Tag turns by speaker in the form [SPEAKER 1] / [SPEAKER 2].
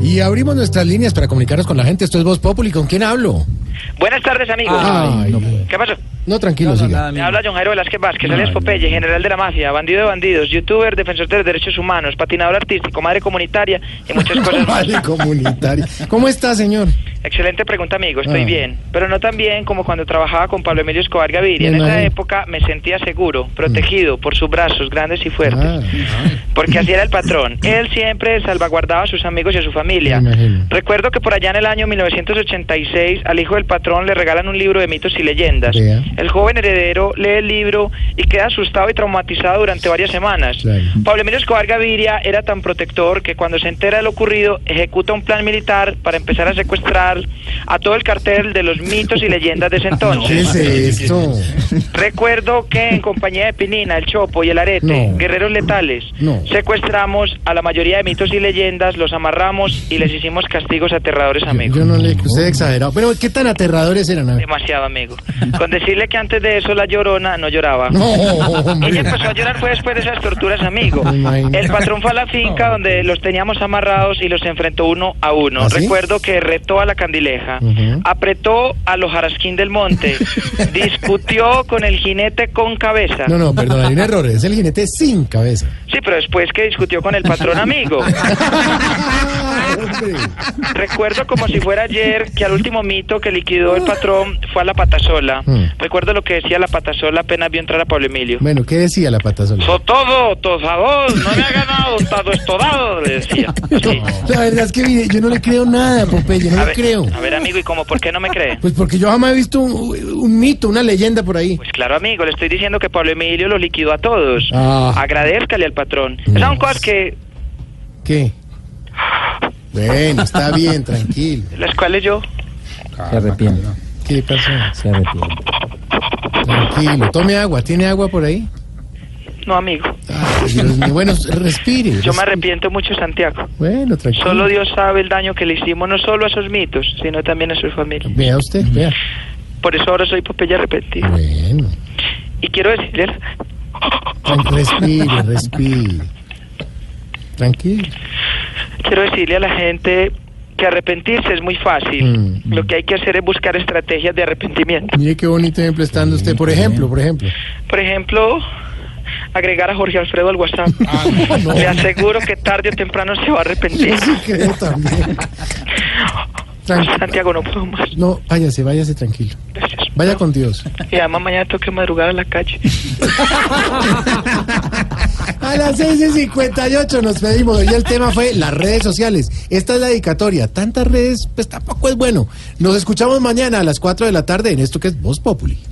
[SPEAKER 1] Y abrimos nuestras líneas para comunicarnos con la gente. Esto es Voz Populi. ¿Con quién hablo?
[SPEAKER 2] Buenas tardes, amigos.
[SPEAKER 1] Ay, Ah, no,
[SPEAKER 2] ¿Qué pasó?
[SPEAKER 1] no, tranquilo, siga.
[SPEAKER 2] Me habla John Jairo Velázquez Vázquez, alias Popeye, general de la mafia, bandido de bandidos, youtuber, defensor de los derechos humanos, patinador artístico, madre comunitaria y muchas cosas más.
[SPEAKER 1] Vale, comunitario. ¿Cómo está, señor?
[SPEAKER 2] Excelente pregunta, amigo. Estoy
[SPEAKER 1] Ah.
[SPEAKER 2] bien. Pero no tan bien como cuando trabajaba con Pablo Emilio Escobar Gaviria. En
[SPEAKER 1] Me
[SPEAKER 2] esa
[SPEAKER 1] imagino.
[SPEAKER 2] época me sentía seguro, protegido por sus brazos grandes y
[SPEAKER 1] Ah,
[SPEAKER 2] fuertes. Porque así era el patrón. Él siempre salvaguardaba a sus amigos y a su familia.
[SPEAKER 1] Me imagino.
[SPEAKER 2] Recuerdo que por allá en el año 1986 al hijo del patrón le regalan un libro de mitos y leyendas.
[SPEAKER 1] Vea.
[SPEAKER 2] El joven heredero lee el libro y queda asustado y traumatizado durante varias semanas.
[SPEAKER 1] Claro.
[SPEAKER 2] Pablo Emilio Escobar Gaviria era tan protector que cuando se entera de lo ocurrido ejecuta un plan militar para empezar a secuestrar a todo el cartel de los mitos y leyendas de ese entonces.
[SPEAKER 1] ¿Qué es esto?
[SPEAKER 2] Recuerdo que en compañía de Pinina, el Chopo y el Arete,
[SPEAKER 1] No.
[SPEAKER 2] guerreros letales,
[SPEAKER 1] No.
[SPEAKER 2] secuestramos a la mayoría de mitos y leyendas, los amarramos y les hicimos castigos aterradores, amigo.
[SPEAKER 1] Yo no le... Usted exagerado. Pero, ¿qué tan aterradores eran? A ver.
[SPEAKER 2] Demasiado, amigo. Con decirle que antes de eso la llorona no lloraba.
[SPEAKER 1] No, hombre.
[SPEAKER 2] Ella empezó a llorar fue después de esas torturas, amigo.
[SPEAKER 1] Me imagino.
[SPEAKER 2] El patrón fue a la finca donde los teníamos amarrados y los enfrentó uno a uno.
[SPEAKER 1] ¿Ah, sí?
[SPEAKER 2] Recuerdo que retó a la candileja,
[SPEAKER 1] Ujú.
[SPEAKER 2] apretó a los jarasquín del monte, discutió con el jinete con cabeza.
[SPEAKER 1] No, no, perdón, hay un error. Es el jinete sin cabeza.
[SPEAKER 2] Sí, pero después que discutió con el patrón amigo.
[SPEAKER 1] Hombre.
[SPEAKER 2] Recuerdo como si fuera ayer que al último mito que liquidó el patrón fue a la patasola.
[SPEAKER 1] Mm.
[SPEAKER 2] Recuerdo lo que decía la patasola apenas vio entrar a Pablo Emilio.
[SPEAKER 1] Bueno, ¿qué decía la pata sola?
[SPEAKER 2] Sotodo, tozador, no me ha ganado, tado estodado, le decía. Así.
[SPEAKER 1] La verdad es que mire, yo no le creo nada, Popeye, no le
[SPEAKER 2] A ver,
[SPEAKER 1] creo.
[SPEAKER 2] a ver, amigo, ¿y cómo? ¿Por qué no me cree?
[SPEAKER 1] Pues porque yo jamás he visto un, un mito, una leyenda por ahí.
[SPEAKER 2] Pues claro, amigo, le estoy diciendo que Pablo Emilio los liquidó a todos.
[SPEAKER 1] Ah.
[SPEAKER 2] Agradezcale al patrón.
[SPEAKER 1] Mm.
[SPEAKER 2] Esas son cosas que
[SPEAKER 1] ¿Qué? Bueno, está bien, tranquilo.
[SPEAKER 2] las cuales yo
[SPEAKER 3] Se arrepiente,
[SPEAKER 1] ¿Qué pasó?
[SPEAKER 3] se arrepiente.
[SPEAKER 1] Tranquilo, tome agua. ¿Tiene agua por ahí?
[SPEAKER 2] no, amigo.
[SPEAKER 1] Ay, Dios mío. Bueno, respire.
[SPEAKER 2] Yo me
[SPEAKER 1] respire.
[SPEAKER 2] arrepiento mucho, Santiago.
[SPEAKER 1] Bueno, tranquilo.
[SPEAKER 2] Solo Dios sabe el daño que le hicimos no solo a esos mitos, sino también a sus familias.
[SPEAKER 1] Vea usted, vea.
[SPEAKER 2] Por eso ahora soy Popeye arrepentido.
[SPEAKER 1] Bueno.
[SPEAKER 2] Y quiero decirles,
[SPEAKER 1] Tran- Respire, respire. Tranquilo.
[SPEAKER 2] quiero decirle a la gente que arrepentirse es muy fácil.
[SPEAKER 1] Mm.
[SPEAKER 2] Lo que hay que hacer es buscar estrategias de arrepentimiento.
[SPEAKER 1] Mire qué bonito ejemplo está dando usted. Por ejemplo, por ejemplo.
[SPEAKER 2] Por ejemplo, agregar a Jorge Alfredo al WhatsApp.
[SPEAKER 1] Ah, no.
[SPEAKER 2] Le aseguro que tarde o temprano se va a arrepentir.
[SPEAKER 1] Yo sí creo también. Tranquilo.
[SPEAKER 2] Santiago, no puedo más.
[SPEAKER 1] No, váyase, váyase tranquilo.
[SPEAKER 2] Gracias.
[SPEAKER 1] Vaya con Dios.
[SPEAKER 2] Y además mañana tengo que madrugar a la calle.
[SPEAKER 1] A las 6 y 58 nos pedimos. Hoy el tema fue las redes sociales. Esta es la dedicatoria. Tantas redes, pues tampoco es bueno. Nos escuchamos mañana a las 4 de la tarde en esto que es Voz Populi.